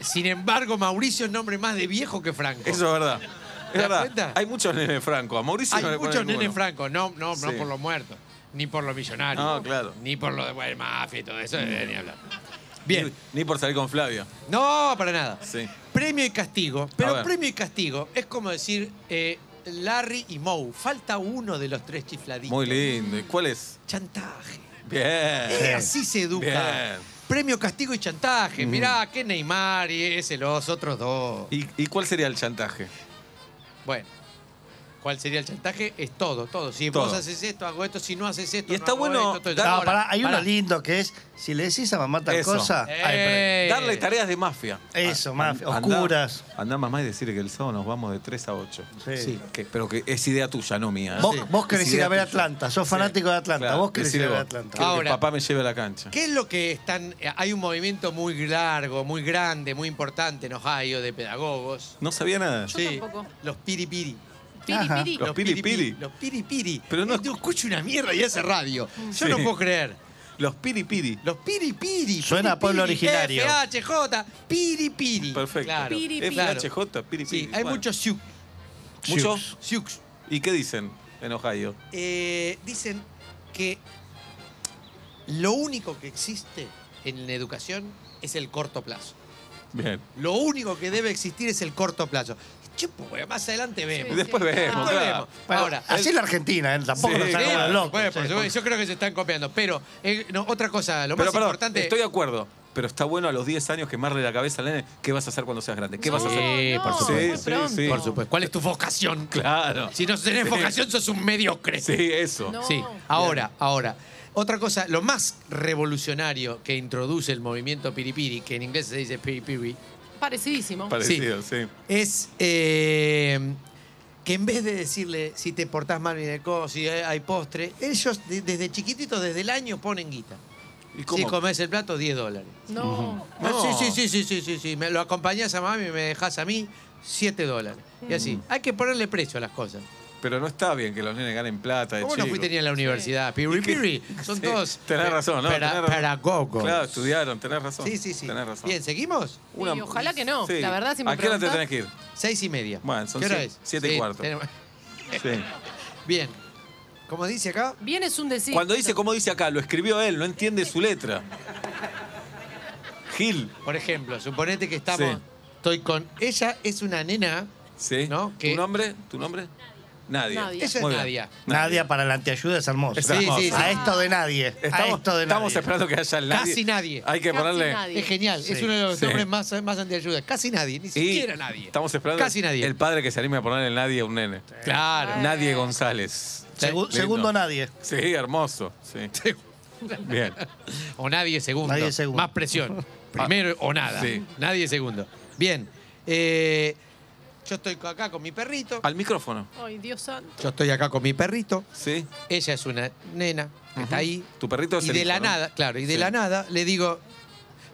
Sin embargo, Mauricio es nombre más de viejo que Franco. Eso es verdad. Es ¿Te das verdad. cuenta? Hay muchos nenes Franco. A Mauricio Hay no le ponen muchos ninguno. nenes Franco, no, no, no Sí. por los muertos, ni por los millonarios. No, claro. Ni por los de bueno, mafia y todo eso, eh, ni hablar. Bien. Ni, ni por salir con Flavia. No, para nada. Sí. Premio y castigo. A Pero ver. premio y castigo es como decir eh, Larry y Moe. Falta uno de los tres chifladitos. Muy lindo. ¿Y cuál es? Chantaje. Eh, Bien. así se educa. Bien. Premio, castigo y chantaje. Mirá, que Neymar y ese, los otros dos. ¿Y, y cuál sería el chantaje? Bueno. ¿Cuál sería el chantaje? Es todo, todo. Si Todo. vos haces esto, hago esto. Si no haces esto, Y no está hago bueno- esto, todo esto. No, Ahora, pará, hay pará. uno lindo que es, si le decís a mamá tal Eso. cosa, hay premio. Eh. Darle tareas de mafia. Ah, Eso, mafia, Andá- oscuras. Andá mamá y decirle que el sábado nos vamos de 3 a 8. Sí. Que- pero que es idea tuya, no mía. ¿eh? Vos, Sí. vos querés Es ir idea a ver tuya. Atlanta, sos fanático de Atlanta, Claro, vos querés ir decile vos. a ver Ah, Atlanta. Quiero que Ahora- papá me lleve a la cancha. ¿Qué es lo que están.? eh, Hay un movimiento muy largo, muy grande, muy importante en Ohio de pedagogos. No sabía nada. Yo tampoco. Los piripiri. Piri, Ajá. piri. Los piripiri. Los piripiri. Pero no- Eh, escucho una mierda y hace radio. Yo Sí. no puedo creer. Los piripiri. Los piripiri. Suena a pueblo originario. FHJ, piripiri. Perfecto. Claro. Piripiri. Claro. FHJ, piripiri. Sí, hay Bueno. muchos siux. ¿Muchos? Siux. ¿Y qué dicen en Ohio? Eh, dicen que lo único que existe en la educación es el corto plazo. Bien. Lo único que debe existir es el corto plazo. Chupo, güey, más adelante vemos. Sí, Después sí. vemos, Después claro. vemos. Bueno, Ahora, así es la Argentina, ¿eh? tampoco Sí, pues nos Sí, hagamos claro. los locos. bueno, por sí. supuesto, yo creo que se están copiando. Pero, eh, no, otra cosa, lo Pero más perdón, importante. estoy de acuerdo. Pero está bueno a los 10 años quemarle la cabeza al nene. ¿Qué vas a hacer cuando seas grande? ¿Qué vas a No, hacer? Sí, no, por supuesto. muy Sí, sí, pronto. sí. Por supuesto. ¿Cuál es tu vocación? Claro. Si no tenés vocación, sos un mediocre. Sí, eso. No. Sí, ahora, ahora. Otra cosa, lo más revolucionario que introduce el movimiento piripiri, que en inglés se dice piripiri, Parecidísimo. Parecido, sí. es eh, que en vez de decirle si te portás mal en el co, si hay hay postre, ellos de- desde chiquititos, desde el año, ponen guita. ¿Y Si cómo? comes el plato, 10 dólares. No. No. Sí, sí, sí, sí, sí, sí, sí. Me lo acompañás a mami y me dejás a mí, 7 dólares. Y Mm. así. Hay que ponerle precio a las cosas. Pero no está bien que los nenes ganen plata de ¿Cómo no chico. fuiste ni a la universidad? Piri, piri. Son Sí, todos. tenés pe- razón, ¿no? pera- Tenés razón. Pedagogos. Claro, estudiaron, tenés razón. Sí, sí, sí. Tenés razón. Bien, ¿seguimos? Una- Y ojalá que no. Sí. La verdad, si me ¿A qué hora te preguntás- tenés que ir? Seis y media. Bueno, son ¿Qué hora sie- es? siete y cuarto. tenemos- Sí. Bien. Como dice acá, Bien es un decir. Cuando dice, ¿cómo dice acá? Lo escribió él, no entiende su letra. Gil. por ejemplo, suponete que estamos. Sí. Estoy con. Ella es una nena Sí. ¿No? ¿Tu ¿Qué? nombre? ¿Tu nombre? Nadie. Nadie. Esa es Muy bien. Nadia. Nadie para la antiayuda es hermoso. Es hermoso. Sí, sí, sí. A esto de nadie. a Estamos, esto de estamos nadie. esperando que haya el nadie. Casi nadie. Hay que Casi ponerle. nadie. Es genial. Es Sí. uno de los Sí. nombres más, más antiayuda. Casi nadie, ni Y siquiera nadie. Estamos esperando Casi nadie. el padre que se anime a poner el nadie a un nene. Claro. Nadie González. Segu- Lindo. segundo nadie. Sí, hermoso. Sí. Bien. O nadie segundo. Nadie segundo. Más presión. Primero o nada. Sí. Nadie segundo. Bien. Eh, yo estoy acá con mi perrito. Al micrófono. Ay, Dios santo. Yo estoy acá con mi perrito. Sí. Ella es una nena. que Está ahí. Tu perrito es Y el de hijo, la ¿no? nada, claro, y de Sí. la nada le digo,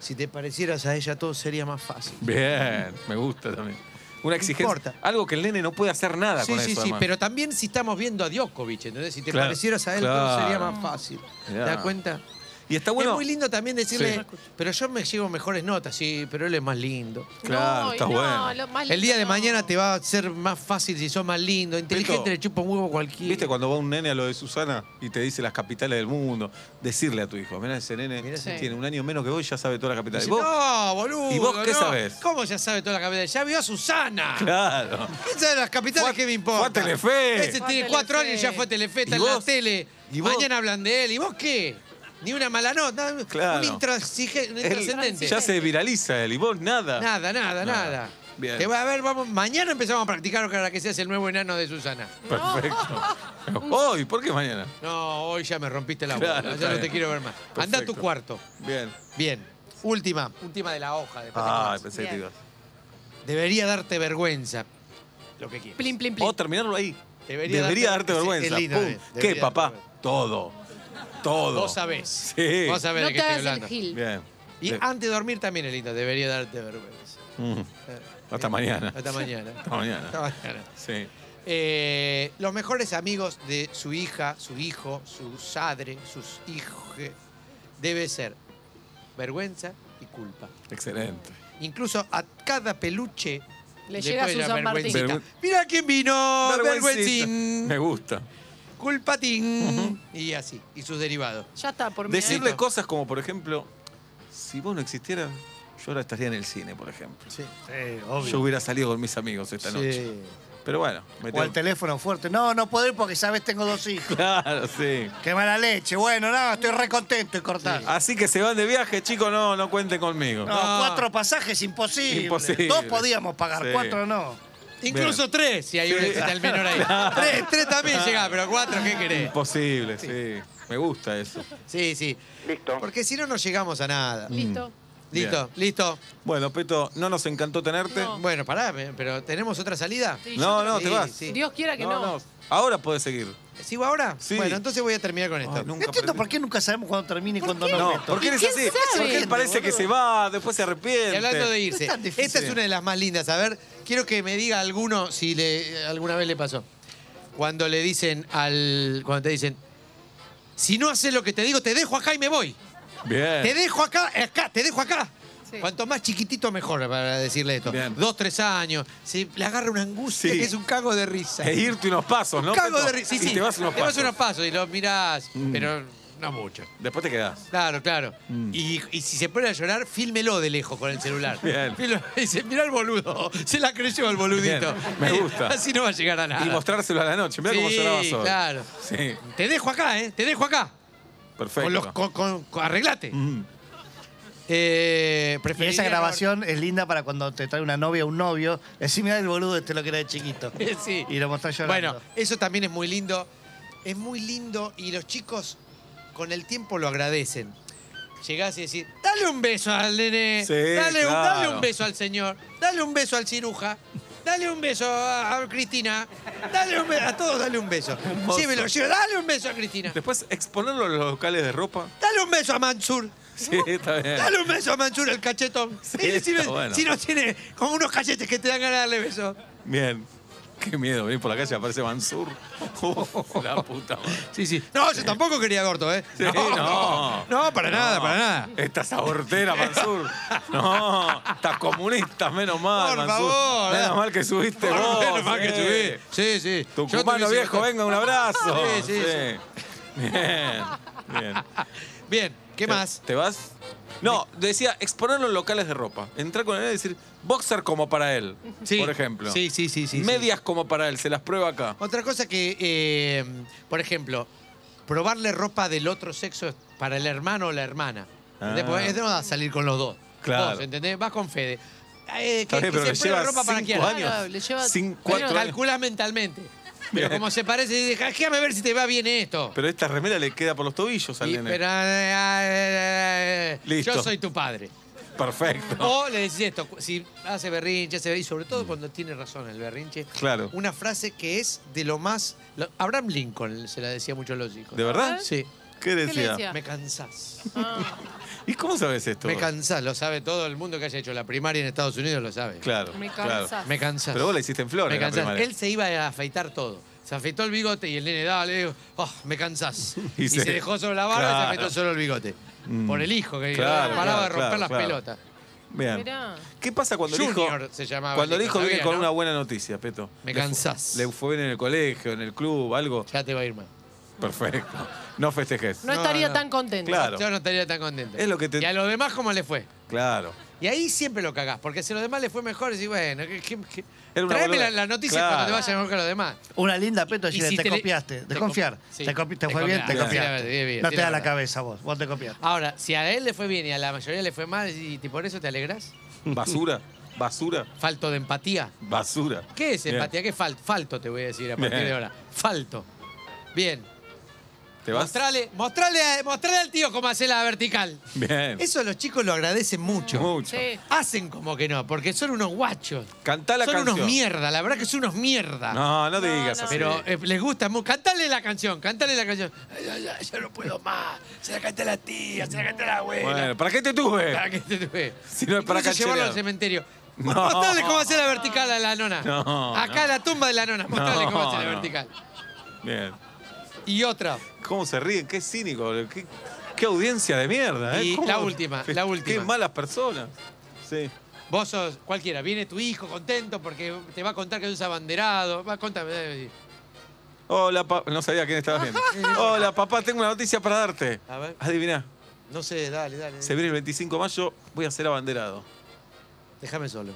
si te parecieras a ella todo sería más fácil. Bien. Me gusta también. Una exigencia. importa. Algo que el nene no puede hacer nada Sí, con sí, eso. sí, además. pero también si estamos viendo a Djokovic, ¿entendés? Si te Claro, parecieras a él todo claro. sería más fácil. ¿Te Mirá. das cuenta? Y está bueno. es muy lindo también decirle, Sí. pero yo me llevo mejores notas, sí, pero él es más lindo. Claro, No, está no, bueno. lo más El día de lindo mañana no. te va a ser más fácil si sos más lindo, inteligente, Beto, le chupa un huevo a cualquiera. ¿Viste cuando va un nene a lo de Susana y te dice las capitales del mundo? Decirle a tu hijo, mira ese nene Mirá ese- tiene un año menos que vos y ya sabe todas las capitales. Dice, ¿Vos? No, boludo. ¿Y vos qué no. sabés? ¿Cómo ya sabe toda la capital? Ya vio a Susana. Claro. Esa de las capitales Fue- que me fue importa. a Telefe. Ese Fue a tiene Telefe. cuatro años y ya fue a Telefe, está ¿Y en la vos? tele. ¿Y vos? Mañana hablan de él. ¿Y vos qué? Ni una mala nota. Claro. Un intransige- un Él intrascendente. ya se viraliza él y vos nada. Nada, nada, nada. Bien. Te voy a ver, vamos. Mañana empezamos a practicar para que seas el nuevo enano de Susana. Perfecto. Hoy, ¿por qué mañana? No, hoy ya me rompiste la bola. Claro, está ya no te bien. quiero ver más. Anda a tu Perfecto. cuarto. Bien. Bien. Última, última de la hoja. después te Ay, quedas. pensé que te Bien. ibas. Debería darte vergüenza. Lo que quieras. Plin, plin, plin. O terminarlo ahí. Debería Debería, darte, darte- sí, vergüenza. es lindo, Pum. eh. ¿Qué, Debería papá? darte vergüenza. Todo. Todo. Vos sabés. Sí. Vos sabés no de te qué estoy hagas el hablando. gil. Bien. Y Bien. antes de dormir también es lindo, debería darte vergüenza. Mm. Eh, Hasta mañana. Hasta mañana. Hasta mañana. Hasta mañana. Sí. Eh, los mejores amigos de su hija, su hijo, su sadre, sus hijos, debe ser vergüenza y culpa. Excelente. Incluso a cada peluche Le llega puede su llamar San Martín. vergüencita. Vergü- Mira quién vino, Vergüencita. Oh, vergüencín, Me gusta. culpatín y así, y sus derivados. Ya está, por mí. Decirle cosas como, por ejemplo, si vos no existieras, yo ahora estaría en el cine, por ejemplo. Sí, Yo obvio. hubiera salido con mis amigos esta Sí. noche. Pero bueno, me O al tengo... teléfono fuerte. No, no puedo ir porque sabes tengo dos hijos. Claro, sí. Qué mala leche. Bueno, nada, estoy re contento y cortar. Así que se van de viaje, chicos, no, no cuenten conmigo. No, No. cuatro pasajes imposible. Ah, Imposible. Dos podíamos pagar, Sí. cuatro no. Incluso tres, si hay un Sí. está el menor ahí. Tres, tres también llega, pero cuatro, ¿qué querés? Imposible, sí. Me gusta eso. Sí, sí. Listo. Porque si no, no llegamos a nada. Listo. Listo, Bien. listo. Bueno, Peto, no nos encantó tenerte. No. Bueno, pará, me- pero ¿tenemos otra salida? Sí, yo No, creo no, que te sí, vas. sí. Dios quiera que no. Ahora podés seguir. ¿Sigo ahora? Sí. Bueno, entonces voy a terminar con esto. Ay, No nunca entiendo aprendí. por qué nunca sabemos cuándo termina y cuándo no. No, Beto. ¿por qué eres ¿Y así? quién sabe? Porque él parece que se va, después se Y arrepiente. hablando de irse, No es tan difícil. esta es una de las más lindas. A ver, quiero que me diga alguno si le, alguna vez le pasó. Cuando le dicen al. Cuando te dicen. Si no haces lo que te digo, te dejo acá y me voy. Te Bien. dejo acá, acá, te dejo acá. Sí. Cuanto más chiquitito, mejor para decirle esto. Bien. Dos, tres años. Se le agarra una angustia Sí. que es un cago de risa. E irte unos pasos, ¿no? cago Peto? de risa. Sí, Y sí. te vas unos pasos. Mm. y lo mirás, pero no mucho. Después te quedás. Claro, claro. Mm. Y, y si se pone a llorar, fílmelo de lejos con el celular. Bien. Fílmelo. Y dice, mirá el boludo. Se la creyó el boludito. Bien, me Y gusta. Así no va a llegar a nada. Y mostrárselo a la noche. Mira cómo Sí, llorabas hoy. claro. Sí, Te dejo acá, ¿eh? Te dejo acá. perfecto. Con los, con, con- con- arreglate. Mm. Eh, Y preferiría esa no- grabación es linda para cuando te trae una novia o un novio. Decime, mira el boludo este lo que era de chiquito. Sí. Y lo mostrás llorando. Bueno, eso también es muy lindo. Es muy lindo y los chicos con el tiempo lo agradecen. Llegás y decís, dale un beso al nene, Sí, dale, un, claro. dale un beso al señor, dale un beso al ciruja, dale un beso a, a Cristina, dale un beso, a todos dale un beso. Hermoso. Sí, me lo llevo, dale un beso a Cristina, Después exponerlo en los locales de ropa. dale un beso a Mansur. Sí, está bien. Dale un beso a Mansur, el cachetón. Eh. Sí, Mire si, está me- bueno. si no tiene como unos cachetes que te dan ganas de darle beso. Bien. Qué miedo, venir por la calle aparece Mansur. Uf, la puta madre. Sí, sí. No, yo tampoco quería gordo, ¿eh? Sí, no. No, para nada, para nada. Estás abortera, Mansur. No, estás comunista, menos mal, Por Mansur. favor, Menos eh. mal que subiste vos. eh. Menos mal que sí. subí. Sí, sí. Yo Tucumano tuviese viejo, mejor- venga, un abrazo. Sí, sí, Bien, bien. Bien, ¿Qué ¿Te- más? ¿Te vas? No, decía exponerlo en locales de ropa. Entrar con él y decir boxer como para él, Sí. por ejemplo. Sí, sí, sí, sí. sí. Medias como para él, se las prueba acá. Otra cosa que, eh, por ejemplo, probarle ropa del otro sexo para el hermano o la hermana. ¿Entendés? Ah. Porque es de moda salir con los dos. Claro. Vos, ¿entendés? Vas con Fede. Eh, Está que, bien, que pero le se pruebe lleva ropa para cinco quién. años. Claro, le lleva- Cin- Bueno, cuatro años. calculás mentalmente. Pero como se parece, dices, "Ah, déjame ver si te va bien esto. Pero esta remera le queda por los tobillos al Y- nene. pero, eh, eh, eh, Listo. Yo soy tu padre. Perfecto. O le decís esto, cu- si hace berrinche, hace, y sobre todo cuando tiene razón el berrinche, Claro. una frase que es de lo más... lo- Abraham Lincoln se la decía mucho a los hijos. ¿De verdad? Sí. ¿Qué le decía? decía? Me cansás. ¿Y cómo sabes esto? Me cansás. Lo sabe todo el mundo que haya hecho la primaria en Estados Unidos, lo sabe. Claro. Me claro. cansás. Me cansás. Pero vos la hiciste en flores. me en la cansás. primaria. Él se iba a afeitar todo. Se afeitó el bigote y el nene daba, le digo, oh, me cansás. Y Y, se- se, dejó solo la barba y Claro. se afeitó solo el bigote. Mm. Por el hijo que Claro, no paraba de claro, romper claro, las claro. pelotas. Bien. Mirá. ¿Qué pasa cuando el hijo, Junior se llamaba. cuando el Nico, hijo viene sabía, con ¿no? una buena noticia, Peto? Me Le fu- cansás. Le fue bien en el colegio, en el club, algo. Ya te va a ir mal. Perfecto. No festejes. No No, estaría no. tan contento. Claro. Yo no estaría tan contento. Es lo que te- Y a los demás, ¿cómo le fue? Claro. Y ahí siempre lo cagás, porque si a los demás le fue mejor, decís, bueno, ¿qué, qué- qué? Era una Tráeme boluda. la, la noticia Claro. cuando te vaya mejor que a los demás. Una linda peto, Y Gile, si te, te le- copiaste, te de copi- confiar. sí. Te, copi- te Te fue bien, te copiaste. copiaste. Bien, bien, no te tiene da la razón. cabeza vos, vos te copiaste. Ahora, si a él le fue bien y a la mayoría le fue mal, y y por eso te alegrás, Basura. Basura. falto de empatía. Basura. ¿Qué es Bien. empatía? ¿Qué es falto? Falto te voy a decir a partir Bien. de ahora. Falto. Bien. ¿Te vas? Mostrale, mostrale, a- mostrale al tío cómo hacer la vertical. Bien. Eso los chicos lo agradecen mucho. Mucho. Sí. Hacen como que no, porque son unos guachos. Cantá la son canción. unos mierda, la verdad que son unos mierda. No, no No, digas no. así. Pero eh, les gusta mucho. Cantale la canción, cantale la canción. Ay, ay, ay, yo no puedo más. Se la canté a la tía, se la canté a la abuela. bueno, ¿para qué te tuve? Para que te tuve. Si no es para Incluso llevarlo cancherear. al cementerio. No. Mostrarle cómo hacer la vertical a la nona. No, Acá no. la tumba de la nona. Mostrarle No, cómo hacer la no. vertical. Bien. Y otra. ¿Cómo se ríen? Qué cínico. boludo. Qué, qué audiencia de mierda. ¿eh? Y ¿Cómo- la última, la Qué última. malas personas. Sí. Vos sos cualquiera. Viene tu hijo contento porque te va a contar que sos abanderado. Va, contame. dale. Hola, papá. No sabía quién estabas viendo. Hola, papá, tengo una noticia para darte. A ver. Adivina, No sé, dale, dale. se viene el 25 de mayo, voy a ser abanderado. Déjame solo.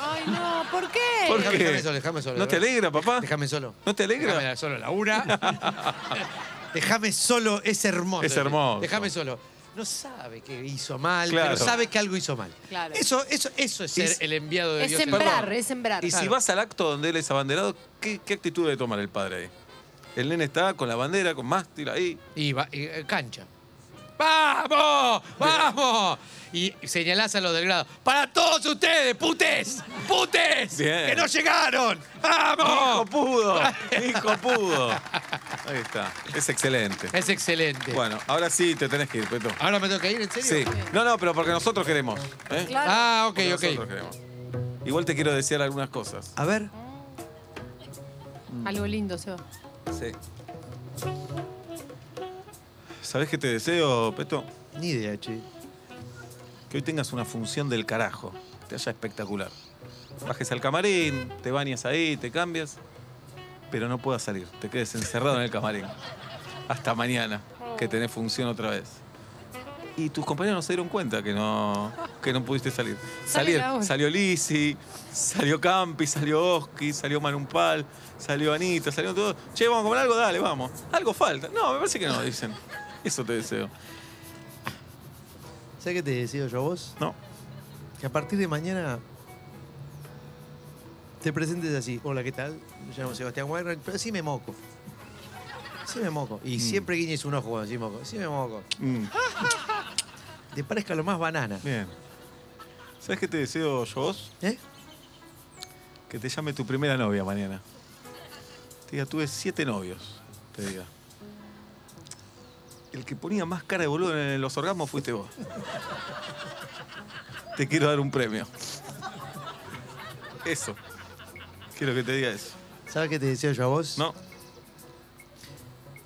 Ay, no, ¿por qué? ¿Por Déjame, qué? déjame solo, déjame solo. ¿No te alegra, papá? Déjame solo. ¿No te alegra? Déjame solo la una. Déjame solo, es hermoso. Es hermoso. Déjame solo. No sabe que hizo mal, Claro. pero sabe que algo hizo mal. Claro. Eso, eso, eso es ser Es- el enviado de Es Dios. en sembrar, la tierra. es sembrar. Y si Claro. vas al acto donde él es abanderado, ¿qué, qué actitud debe tomar el padre ahí? El nene está con la bandera, con mástil ahí. Y, va- y, eh, cancha. ¡Vamos! ¡Vamos! Y señalás a los del grado. ¡Para todos ustedes, putes! ¡Putes! Bien. ¡Que no llegaron! ¡Vamos! ¡Hijo pudo! ¡Hijo pudo! Ahí está. Es excelente. Es excelente. Bueno, ahora sí te tenés que ir, Peto. ¿Ahora me tengo que ir? ¿En serio? Sí. No, no, pero porque nosotros queremos. ¿eh? Claro. Ah, ok, Porque nosotros ok. queremos. Igual te quiero decir algunas cosas. A ver. Algo lindo, Seba. Sí. ¿Sabés qué te deseo, Peto? Ni idea, che. Que hoy tengas una función del carajo. que Te haya espectacular. Bajes al camarín, te bañas ahí, te cambias, pero no puedas salir. Te quedes encerrado en el camarín. Hasta mañana, que tenés función otra vez. Y tus compañeros no se dieron cuenta que no, que no pudiste salir. Sale Salieron- la hora. salió Lisi, salió Campi, salió Oski, salió Manumpal, salió Anita, salió todo. Che, vamos a comer algo, dale, vamos. Algo falta. No, me parece que no, dicen. Eso te deseo. ¿Sabes qué te decido yo a vos? No. Que a partir de mañana te presentes así. Hola, ¿qué tal? Me llamo Sebastián Weinreich, pero sí me moco. Sí me moco. Y siempre guiñes un ojo cuando sí moco. Sí me moco. Mm. Te parezca lo más banana. Bien. ¿Sabes qué te deseo yo vos? ¿Eh? Que te llame tu primera novia mañana. Te diga, tuve siete novios. Te diga. El que ponía más cara de boludo en los orgasmos fuiste vos. Te quiero dar un premio. Eso. Quiero que te diga eso. ¿Sabes qué te deseo yo a vos? No,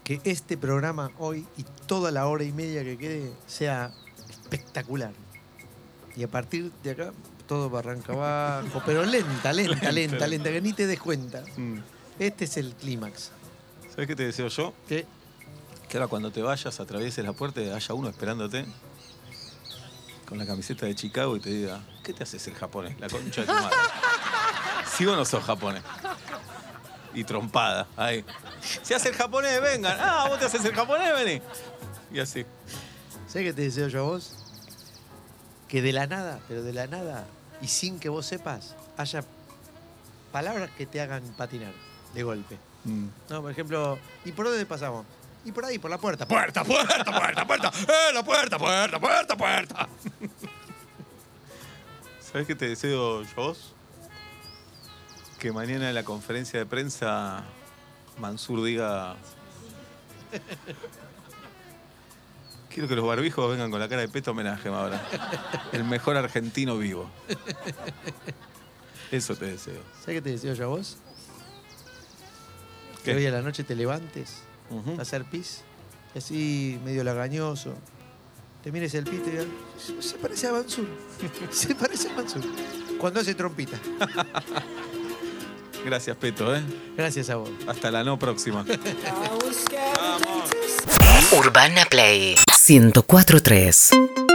Que este programa hoy y toda la hora y media que quede sea espectacular. Y a partir de acá, todo barranca abajo. Pero lenta, lenta, lenta, lenta, que ni te des cuenta. Mm. Este es el clímax. ¿sabes qué te deseo yo? ¿Qué? Que ahora cuando te vayas, atravieses la puerta y haya uno esperándote con la camiseta de Chicago y te diga, ¿qué te haces el japonés? La concha de tu madre. Si vos no sos japonés. Y trompada, ahí. Si hace el japonés, vengan. Ah, vos te haces el japonés, vení. Y así. ¿Sabes qué te deseo yo a vos? Que de la nada, pero de la nada, y sin que vos sepas, haya palabras que te hagan patinar de golpe. Mm. No, por ejemplo, ¿y por dónde pasamos? Y por ahí, por la puerta. Puerta, puerta, puerta, puerta. ¡Eh, la puerta, puerta, puerta, puerta! ¿Sabés qué te deseo yo a vos? Que mañana en la conferencia de prensa Mansur diga. Quiero que los barbijos vengan con la cara de peto homenaje, ahora. El mejor argentino vivo. Eso te deseo. ¿Sabes qué te deseo yo a vos? ¿Qué? Que hoy a la noche te levantes Ujú. a hacer pis, y así medio lagañoso. Te mires el pito y digas, "Se- se parece a Mansur. Se parece a Mansur. Cuando hace trompita. Gracias, Peto, ¿eh? Gracias a vos. Hasta la no próxima. Urbana Play 104.3